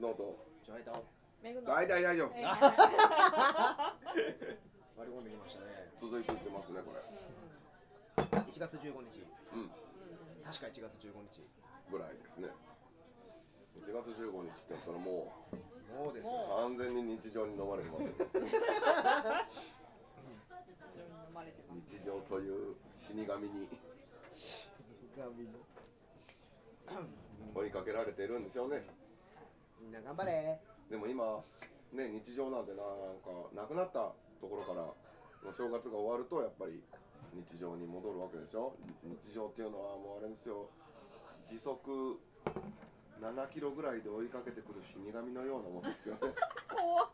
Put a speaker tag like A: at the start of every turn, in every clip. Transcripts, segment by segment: A: ノート
B: ちょいと
C: めぐの。
A: 大体大丈夫
C: えー
B: 割り込んできましたね
A: 続いていってますねこれ
B: 1月15日
A: うん
B: 確か1月15日
A: ぐらいですね1月15日ってそれもう
B: もうですよ
C: も
A: 完全に日常に飲まれてますよ
C: 非常に飲まれてます。
A: 日常という死神に
B: 神の
A: 追いかけられてるんでしょうね
B: みんな頑張れ
A: でも今ね日常なんてなんかなくなったところからお正月が終わるとやっぱり日常に戻るわけでしょ日常っていうのはもうあれですよ時速7キロぐらいで追いかけてくる死神のようなもんですよね
C: 怖っ。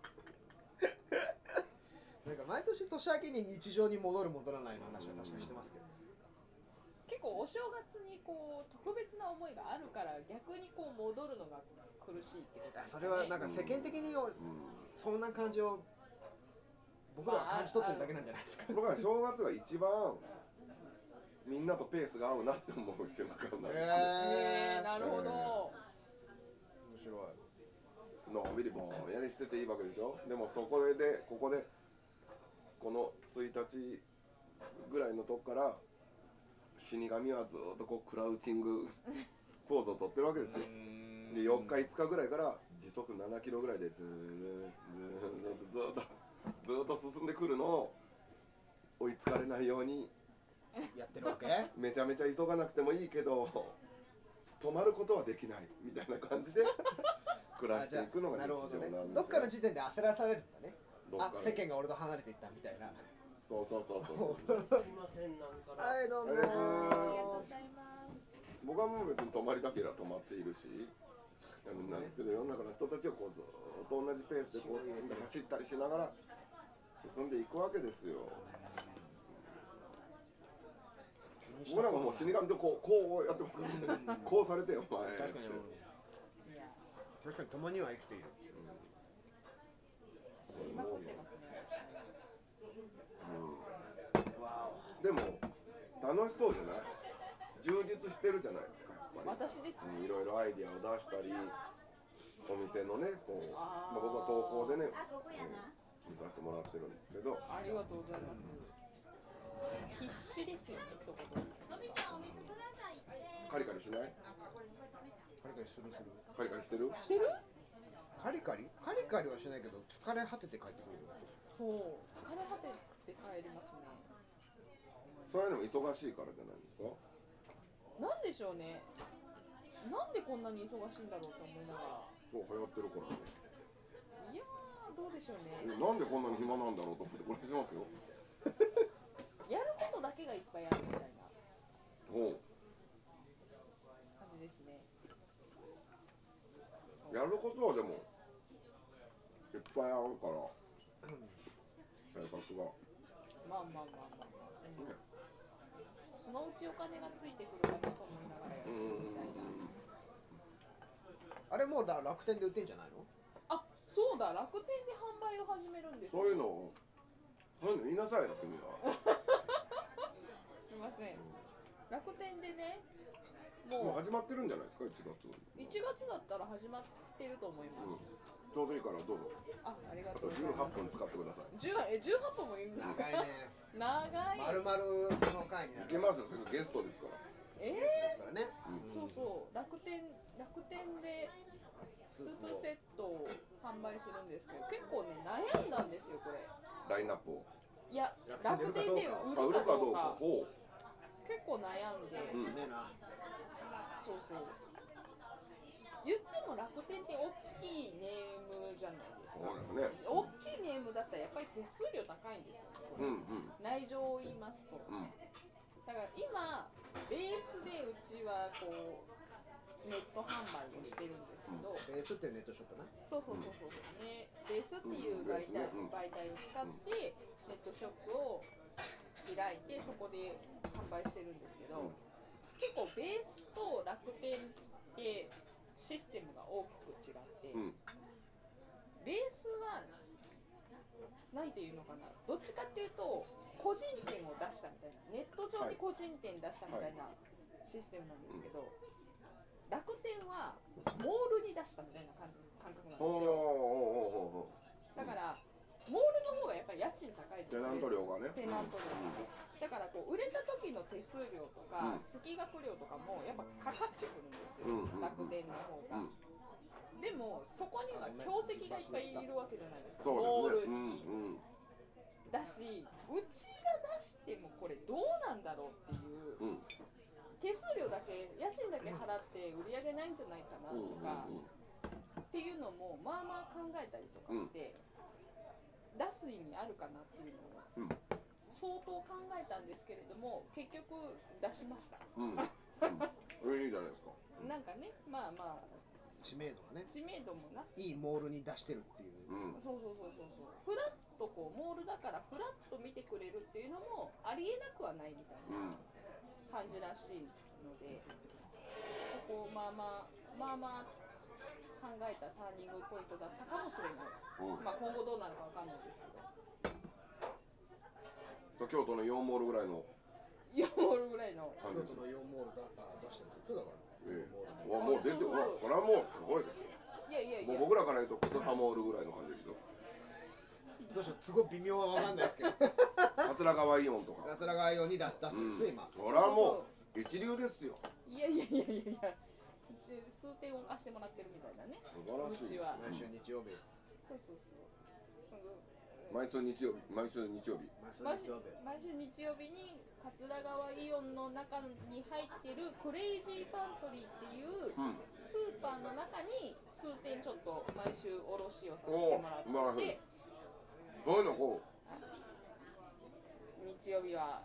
B: なんか毎年年明けに日常に戻る戻らないの話は確かしてますけど
C: 結構お正月にこう特別な思いがあるから逆にこう戻るのが苦しいってことですね。
B: それはなんか世間的に
A: うん
B: そんな感じを僕らは感じ取ってるだけなんじゃないですか
A: 僕は正月が一番みんなとペースが合うなって思う瞬間なんですよ、
C: えー、なるほど。
B: 面白い
A: のんびりぼんやりしてていいわけでしょでもそこでここでこの1日ぐらいのとこから死神はずっとこうクラウチングポーズをとってるわけですよで4日5日ぐらいから時速7キロぐらいでずーずーずーっとずーっと進んでくるのを追いつかれないように
B: やって るわけな
A: めちゃめちゃ急がなくてもいいけど止まることはできないみたいな感じで暮らしていくのが日常
B: なる
A: なん
B: ほ
A: です
B: ど
A: よ、
B: ねどっかの時点で焦らされるんだね
A: どっか
B: あ
A: の
B: 世間が俺と離れていったみたいな
A: そうそうそうそうそう
D: すいませんなんか
B: はいどうも
A: ありがとう
C: ございます。
A: 僕はもう別に泊まりたければ泊まっているしなんですけど世の中の人たちをこうずーっと同じペースでこう進んで走ったりしながら進んでいくわけですよ僕らがもう死神とこうこうやってますからねこうされてよお前
B: 確かに
A: って
C: いや、
B: 確かに共には生きている
C: 知りまくってますね。
B: わ
A: でも楽しそうじゃない充実してるじゃないですかやっぱり
C: 私ですね
A: うんいろいろアイディアを出したりお店のねこう
C: あー
A: まあ、僕は投稿でね
E: あ、ここやな。
A: 見させてもらってるんですけど
C: ありがとうございます。必死ですよね、一言。
E: のびちゃん、お水ください。
A: カリカリしない
B: おカリカリするする
A: カリカリしてる
C: してる
B: カリカリカリカリはしないけど疲れ果てて帰ってくる
C: そう。疲れ果てて帰りますね。
A: それでも忙しいからじゃないんですか
C: なんでしょうね。なんでこんなに忙しいんだろうと思いながら。
A: もう流行ってるからね
C: いやーどうでしょう
A: え
C: ね
A: なんでこんなに暇なんだろうと思ってこれしますよ
C: やることだけがいっぱいあるみたいな
A: も
C: 感じですね
A: うやることはでもいっぱいあるから生活が
C: まあまあまあまあまあそのそのうちお金がついてくるかなと思いながらやる
A: うん
C: みたいな
B: あれもうだ楽天で売ってんじゃないの
C: あそうだ楽天で販売を始めるんです
A: そういうのをそういうの言いなさいよ君は
C: すいません楽天でね
A: もう
C: も
A: 始まってるんじゃないですか1月
C: う1月だったら始まってると思います、
A: ちょうどいいからどうぞ
C: あありが
A: あと
C: とうございま
A: 18
C: す
A: 分使ってください
C: 10え18分もいるんですか
B: ね
C: 長い
B: まるまるその回にないる
A: けますよすぐゲストですから
C: え
B: ケースですからね、
C: ー、そうそう楽天楽天でスープセットを販売するんですけど結構ね悩んだんですよこれ
A: ラインナップを
C: いや楽
B: 楽
C: 天
B: 天で
C: で売
A: あ
C: る
A: 売る
C: か
A: か
C: ど
A: どう
C: うか
A: かほ
C: 結構悩んで、
A: うん
B: ねえな
C: そうそう言っても楽天って大きいネームじゃないで
A: う
C: す
A: そう
C: か
A: ですね
C: 大きいネームだったらやっぱり手数料高いんですよねこれ
A: うんうん
C: 内情を言いますと
A: うん
C: だから今ベースでうちはこうネット販売をしてるんですけど、
B: ベースっていうネットショップな
C: そうそうそうそうそうね、ベースっていう媒体,、
A: うん
C: 媒体を使ってネットショップを開いてそこで販売してるんですけど、
A: うん
C: 結構ベースと楽天ってシステムが大きく違って、
A: うん
C: ベースはなんていうのかなどっちかっていうと個人店を出したみたいなネット上に個人店出したみたいなシステムなんですけど、楽天はモールに出したみたいな感じ感覚なん
A: おーおーおーお
C: ですよ
A: ーお
C: だからモールの方がやっぱり家賃高
A: ー
C: いじ
A: テ
C: ゃな
A: ナ
C: い
A: ン
C: です
A: ト
C: か
A: 料がね
C: テナント料だからこう売れた時の手数料とか、
A: うん
C: 月額料とかもやっぱかかってくるんですよ、
A: うんうんうん
C: 楽天の方
A: う
C: が、
A: ん
C: でもそこには強敵がいっぱいいるわけじゃないです
A: そ
C: か
A: う
C: モ
A: です
C: ール
A: ねうんうん
C: だしうちが出してもこれどうなんだろうっていう
A: うん
C: 手数料だけ家賃だけ払って売り上げないんじゃないか
A: う
C: な
A: ん
C: とか、
A: うん
C: っていうのもまあまあ考えたりとかして、出す意味あるかなっていうの
A: う
C: を
A: ん
C: 相当考えたんですけれども結局出しました
A: うんうんうんいいじゃないですか
C: なんかねまあまあ
B: 知名度がね
C: 知名度もない
B: いモールに出してるっていう
A: うん
C: そうそうそうそうそうフラッとこうモールだからフラッと見てくれるっていうのもありえなくはないみたい
A: う
C: な
A: ん
C: 感じらしいのでここをまあまあまあまあ考えたターニングポイントだったかもしれない、
A: うん
C: まあ、今後どうなるかわかんないですけど
A: じゃあ京都の4モールぐらいの
C: 4ホールぐらいの
A: 感じ
D: 京
A: です
D: 都の
A: よ
D: 4モールだから出してるんですよだから、
A: え
D: モール
A: えうわもう出てうわこれはもうすごいですよ
C: いやいやい
A: もう
C: や
A: 僕らから言うと靴ハモールぐらいの感じですよ
B: どうしようすごい微妙は分かんないですけど
A: 桂川イオンとか
B: 桂川用に出し出
A: う
B: してるん
A: ん
B: ですよ今、
A: それはもう一流ですよ
C: いやいやいやいやいやで数点を貸してもらってるみたいなね
A: 素晴らしいですね
C: うちは
D: 毎週日曜日
C: そうそうそうその
A: 毎週日曜日毎週日曜日
D: 毎週
C: 毎週毎週日曜日に桂川イオンの中に入ってるクレイジーパントリーってい
A: う
C: う
A: ん
C: スーパーの中に数点ちょっと毎週卸しをさせてもら
A: おーなるほ
C: っ
A: ど
C: て
A: そういうのこ
C: 日曜日は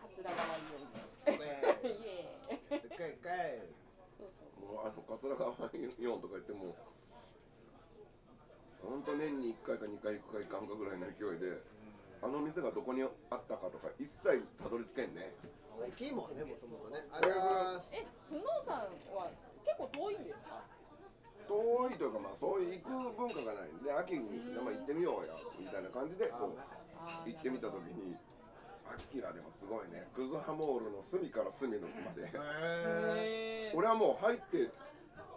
C: 桂川イオン
D: でっ
C: でイエー
D: か
C: イ
D: いでっかい
C: そうそ
A: う
C: うそう
A: もうあの桂川イオンとか言っても本当年に1回か2回行くか行かんかぐらいの勢いであの店がどこにあったかとか一切たどり着けんね
B: 大きいもんねもともとねあれは
C: えスノーさんは結構遠いんですか
A: 遠いというかまあそういう行く文化がないんで秋にまあ行ってみようやみたいな感じでこう
C: あー
A: 行ってみた時にアキラでもすごいねクズハモールの隅から隅のまで
C: なるほどへー
A: 俺はもう入って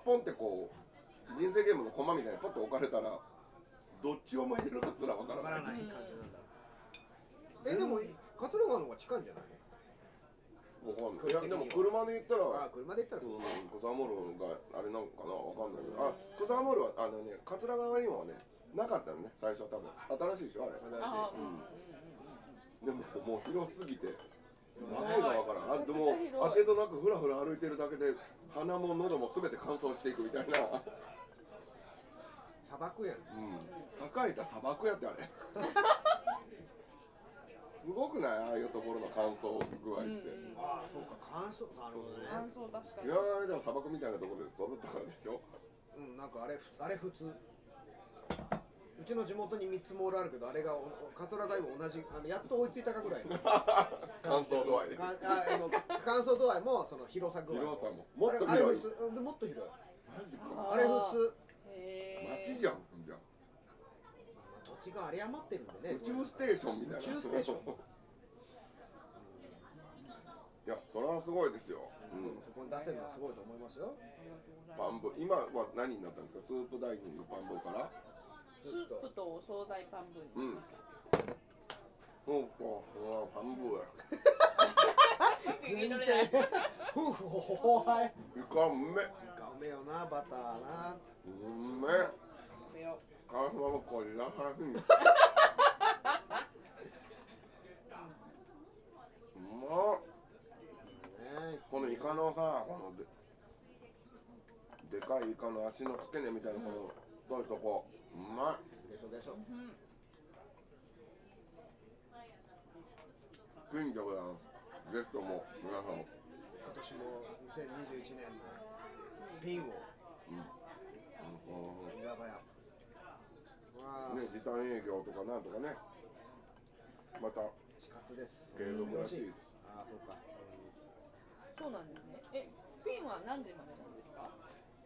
A: ポンってこう人生ゲームの駒みたいにポッと置かれたらどっちを向いてるかすらわから
B: 分か
A: ない
B: らない感じなんだ
D: え
B: え
D: で
B: で
D: も
B: も
D: 桂川の方が近いんじゃない
A: わかんないいやでも車で行った
D: のあ
A: ら
D: 車で行ったら
A: うんクズハモールがあれなのかなわかんないけどあクズハモールはあのね桂川イオンはねなかったのね最初は多分新しいでしょあれ
C: あー
A: でももう広すぎて訳がわからんあでも
C: めちゃくちゃ
A: あ
C: 広
A: て
C: い
A: どなくふらふら歩いてるだけで鼻も喉も全て乾燥していくみたいな、う
D: 砂漠やん
A: ん、栄えた砂漠やってあ れすごくないああいうところの乾燥具合って、
C: うんうん
D: ああそうか乾燥なるほど
C: 感
D: ね
C: 想確か
A: い
C: に
A: やーでも砂漠みたいなところで育ったからでしょ
D: うんなんかあれふあれ普通
B: うちの地元に3つモールあるけどあれがお桂川も同じあのやっと追いついたかぐら いの
A: 乾燥度合いで
B: かああの乾燥度合いもその広さ具合
A: 広さももっと
B: あれあれ
A: 広い
B: 普通でもっと広い
A: マジか
C: あー
B: あれ普通
C: へー
A: 街じゃんじゃあ
B: 土地があり余ってるんで
A: 宇宙ステーションみたいな
B: 宇宙ステーション
A: いやそれはすごいですよ、うん、
B: そこに出せるのはすごいと思いますよ
C: ありがとうござい
A: パ
C: ま
A: ンブ今は何になったんですかスープダイニングパンブから
C: すスープとお惣菜パン分
A: うんそうかうんパンブや
B: 全然夫婦ほほほはい
A: いかんめ
B: ダメよなバターな
A: うんめ
C: だよ
A: 川島もこんな 話にうまっ
B: ね
A: このイカのさこのででかいイカの足の付け根みたいなこの太いとこうまい
B: でしょでしょ
A: 近所だゲストも皆さん
B: 今年も2021年もピンを
A: う
B: いわばやわあ
A: んね時短営業とかなんとかねまた
B: 死活です
A: 継続らしいです
B: ああそうか
C: そうなんですねえピンは何時までなんですか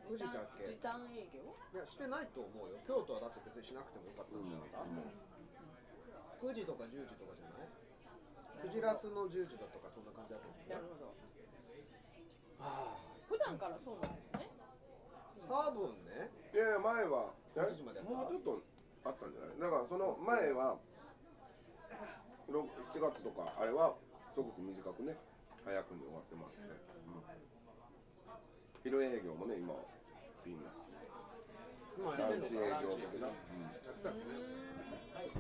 B: 9時だっけ
C: 時短営業
B: いやしてないと思うよ京都はだって別にしなくてもよかったんじゃないか、9時とか10時とかじゃないクジラスの10時だとかそんな感じだと思う
C: なるほど
B: ああ
C: 普段からそうなんですね
D: 多分ね
A: いやいや前はえ
D: 8時までやった
A: もうちょっとあったんじゃないだからその前はろ7月とかあれはすごく短くね早くに終わってまして、うん昼営業もね今はピンの
D: 今や
A: ラ
D: ってん
A: ン
D: の
A: チ営
D: かな
A: 業的な、
D: やってたっけね
A: う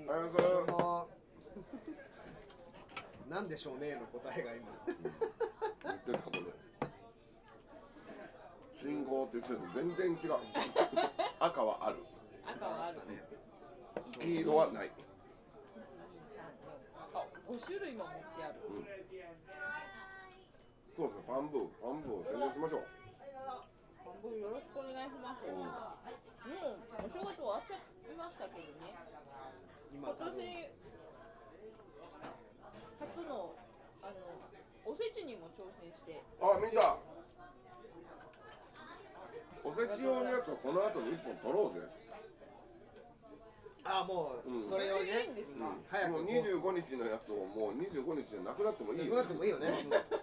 A: ん、あれそれ
D: まあ なんでしょうねの答えが今
A: 言ってたもんね信号って言ってたの全然違う 赤はある
C: 赤はあるね
A: 黄色はない
C: あ五種類も持ってある
A: そうですバンブーバンブーを宣伝しましょう
C: 半分よろしくお願いしますもうお正月終わっちゃいましたけどね
D: 今
C: 今
D: 多分
C: 年初のあのおせちにも挑戦して
A: あ見たおせち用のやつをこの後に一本取ろうぜ、
D: あも
A: うん
D: うそれを
C: いい
D: ね
C: んです
A: う
C: か、
A: ん
D: 早く
A: も
D: こ
A: う
D: う
A: 25日のやつをもう25日じゃなくなってもいい
D: な
A: よ
D: くなってもいいよねう ん確か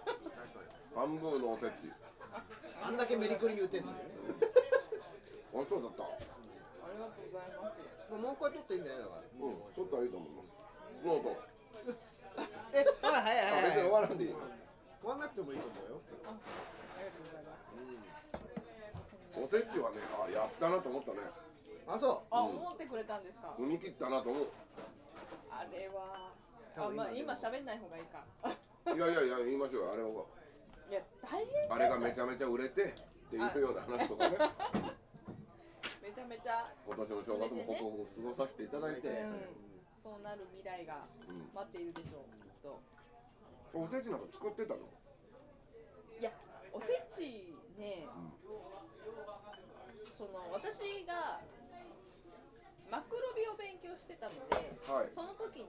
A: バンブーのおせち
D: にあんだけメリクリ言うてんのに
A: あそうだった
C: ありがとうございます
D: まあもう一回撮っていいんだよだから
A: うんちょっといいと思いますノート
D: えはいはい
A: あ
D: はい
A: 別
D: はい
A: に終わらんでいいの
D: 終わんなくてもいいと思うよ
C: ありがとうございます
A: おせちはねあやったなと思ったね
D: あそ
C: あ、
A: うん
C: 思ってくれたんですか
A: 踏み切ったなと思う
C: あれは
D: 多
C: あ、
D: 分
C: まあ今
D: 今でも
C: 喋んない方がいいか
A: いやいやいや言いましょうよあれを
C: いや、大変
A: あれがめちゃめちゃ売れてっていうような話 とかね
C: めちゃめちゃ、
A: 今年の正月もここを過ごさせていただいて、
D: う
C: うん
D: ん
C: そうなる未来が
A: うん
C: 待っているでしょう、きっと
A: おせちなんか作ってたの
C: いや、おせちね、その私がマクロビを勉強してたので、
A: はい
C: その時に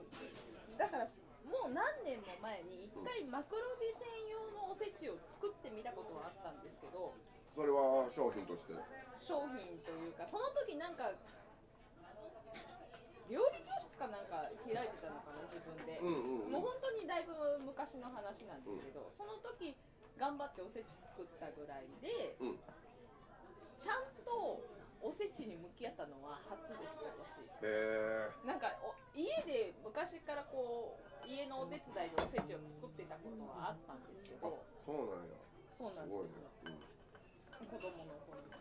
C: だからもう何年も前に一回マクロビ専用のおせちを作ってみたことはあったんですけど
A: それは商品として
C: 商品というかその時なんか料理教室かなんか開いてたのかな自分で、
A: うんうんうん
C: もう本当にだいぶ昔の話なんですけど、その時頑張っておせち作ったぐらいで
A: うん
C: ちゃんとおせちに向き合ったのは初です
A: へえ
C: 今年。なんかお家で昔からこう家のお手伝いでおせちを作ってたことはあったんですけ
A: あ
C: ど
A: そうなんや
C: そう
A: す
C: なんで
A: ごいね
C: すよ子供の頃に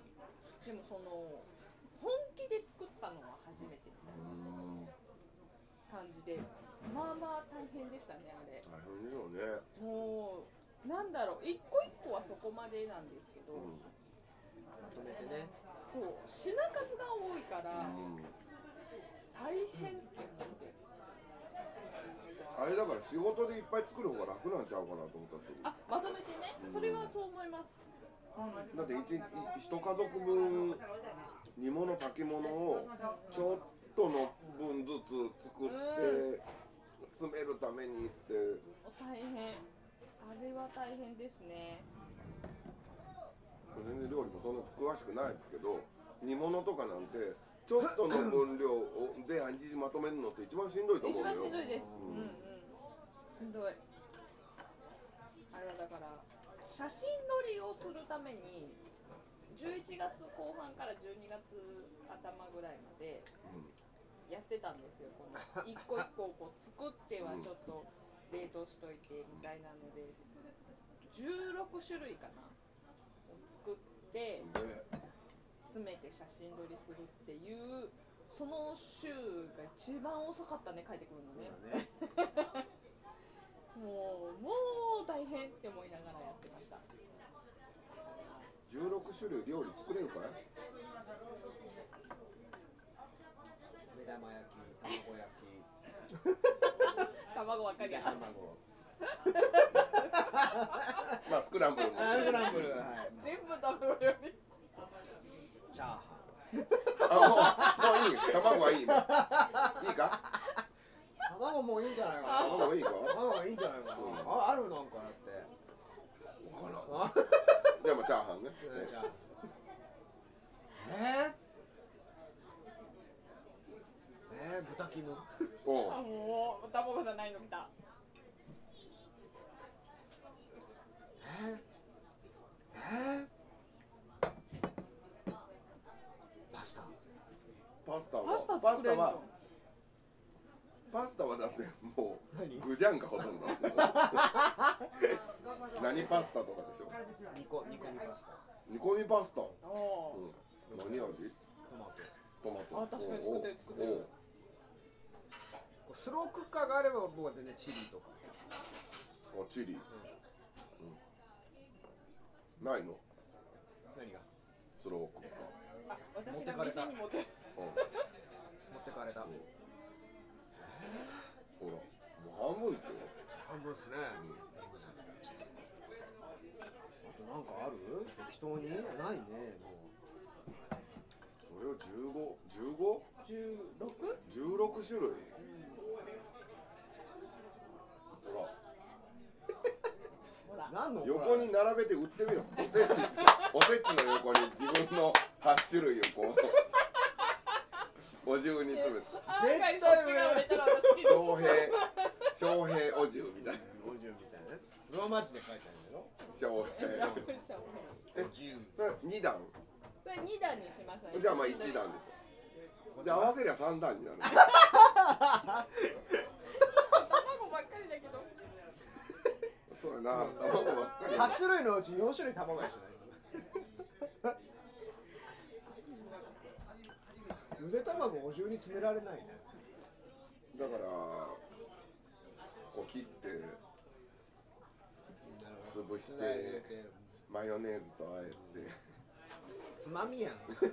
C: でもその本気で作ったのは初めてみたい
A: うんうーん
C: な感じでまあまあ大変でしたねあれ
A: 大変だよね
C: もうなんだろう一個一個はそこまでなんですけど、
A: うん
D: うまとめてね
C: そう品数が多いから
A: うん
C: 大変って思って
A: あれだから仕事でいっぱい作る方が楽なんちゃうかなと思ったんですよ
C: あまとめてねそれはそう思います
A: だって一日一家族分煮物炊き物をちょっとの分ずつ作って詰めるためにって
C: 大変あれは大変ですね
A: 全然料理もそんな詳しくないですけど煮物とかなんてちょっとの分量をで一時まとめるのって一番しんどいと思
C: 一
A: うのよ
C: 番しんどいです。う
A: ん
C: んうん。しんどい。あれはだから写真撮りをするために11月後半から12月頭ぐらいまでやってたんですよ。この一個一個をこう作ってはちょっと冷凍しといてみたいなので16種類かなを作って
A: うんで
C: 詰めて写真撮りするっていうその週が一番遅かったね帰ってくるのね。
D: ね
C: もうもう大変って思いながらやってました
A: 16種類料理作れるかい
D: 目玉焼き卵焼き
C: 卵ばっか
D: ゆ
C: り
D: で
C: や
D: 卵
A: まあスクランブルも
D: あスクランブルはい
C: 全部食べるより
D: チャーハン
A: あもうもういい卵はいい今いいか
D: 卵もういいんじゃないか
A: 卵はいいか
D: な卵がいいんじゃないかなああるなんかだって
A: わからんじゃあまあチャーハンね
D: えーじゃあえー、えー、豚キム
A: おう
C: あもう卵じゃないの来た
D: え
A: パスタは
C: パスタ作れる
A: は
C: の
A: パスタはだっても
B: 何
A: う具じゃんかほとん ど何パスタとかでしょ
B: 煮こ煮込みパスタ
A: 煮込みパスタ、う
C: あー
A: ん、何味
B: トマ
A: トマ
B: ト
A: ト
C: あ確かに作ってる作ってる
B: こうスロークッカーがあれば僕は全然チリとか
A: おうおうあチリ、うん、ないの
B: 何が
A: スロークッカ
C: あ私が店に持って
A: ー、うん
B: 持ってかれた
A: ほら、もう半分ですよ。
B: 半分ですねあとなんかある適当にないねもう
A: それを十五、十五、
C: 16?
A: 十六種類。ほ
C: ほら
B: 何の
A: ら、横に並べて売ってみろ。おせち、おせちの横に自分の八種類をこう。お重に詰めて。
C: 案外そっちが売れたら私気づ
A: 翔平、翔平お重みたいな。
B: 50みたいなねフロアマッチで書いてあるんだよ
A: 翔平。え
B: 50
A: それ二段。
C: それ2段にしましたね
A: じゃあまあ一段ですよ。で合わせりゃ三段に なる。
C: 卵ばっかりだけど
A: そうやな、卵ばっかりやな。
B: 8種類のうち4種類卵でしょだいぶゆで卵お重に詰められないね
A: だからこう切って潰してマヨネーズとあえて
B: つまみやん
A: そ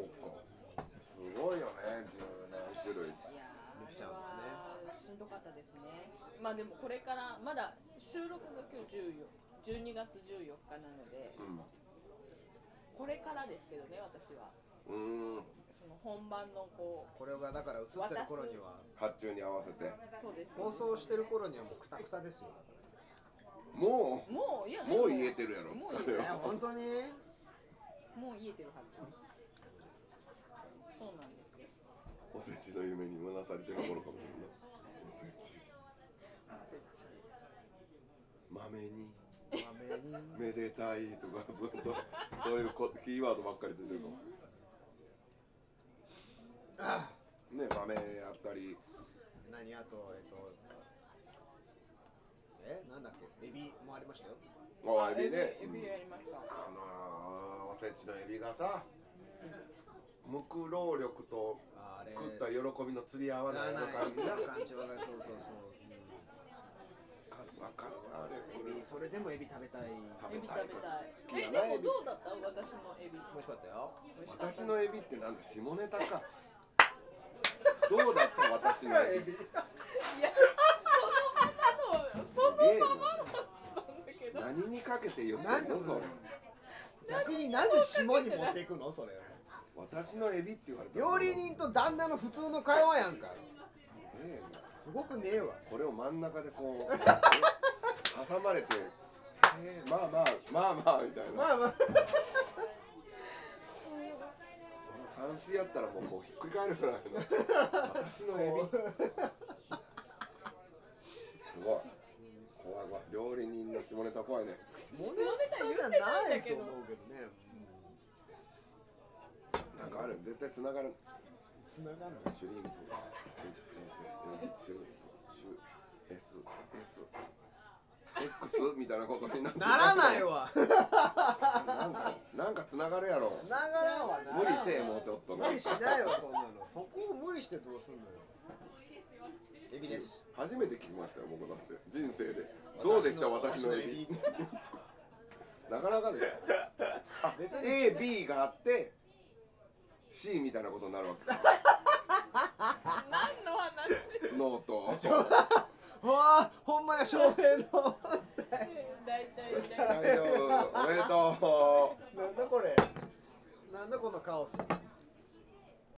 A: うかすごいよね十何種類
C: いやー
B: できちゃうんですね
C: これはしんどかったですねまあでもこれからまだ収録が今日14 12月14日なのでこれからですけどね私は
A: うんうーん
C: その本番のこう
B: これがだから映ってる頃には
A: 発注に合わせて
C: そうです
B: 放送してる頃にはもうクタクタですよ
A: も
C: もういや
A: う
C: でも
A: もう言えてるやろ
C: もう
A: 疲
C: 言
A: れ
C: え
B: い
A: は
B: や本当に
C: もう言えてるはずそうなんですよ
A: おせちの夢にうなされてる頃かもしれないおせちまめに
B: 豆に
A: めでたいとかずっと そういうこキーワードばっかり出てるかもね豆やったり
B: 何あとえっとえなんだっけエビもありましたよ
A: あエビ
C: あ
A: ね
C: エビエビやりまし
A: あ
C: た
A: のーおせちのエビがさ無苦労力と
B: ああれ
A: 食った喜びの釣り合わないあの感じな
B: な
A: わかる
B: 感じわかるそうそうそう、
A: わかるあれ
B: エビそれでもエビ食べたい
A: 食べ
C: エビ
A: たい
C: 食
A: 好きや
C: べたい
A: な
C: えで
A: エ
C: も
A: ビ
C: どうだった私のエビ
B: 美味しかったよ
C: 美味しかった
A: 私のエビってなんだ下ネタ かどうだった私のエビ
C: いやそのままのそのままだったんだけど
A: 何にかけて言ってんのそれ
B: 逆になんで下に持っていくのそれ
A: 私のエビって言われたら
B: 料理人と旦那の普通の会話やんか
A: ねえな
B: すごくねえわ
A: これを真ん中でこうえ挟まれてえーまあまあまあまあみたいな、
B: まあまあ
A: その三振やったらもうこうひっくり返るぐらいの私のエビすごい怖い怖い料理人の下ネタ怖いね
B: 下
C: ネタ言ってないんだけ
B: と
C: ど
B: 思うけどね
A: なんかある絶対つながる
B: つながんない
A: シュリンプええーとエビシュリンプシュ S S セックスみたいなことになって
B: ならないわつ
A: なんかなんかつながるやろ
B: ながらんわな
A: 無理せえもうちょっとな
B: 無理しないよそんなのそこを無理してどうすんのよエビです
A: 初めて聞きましたよ僕だって人生でどうでした私のエビなかなかですよ
B: 別に
A: AB があって C みたいなことになるわ
C: 何の話
A: けスノー と
B: わあほんまや翔平の
C: 大体大体
A: 大丈夫おめでと
B: なんだこれなんだこのカオス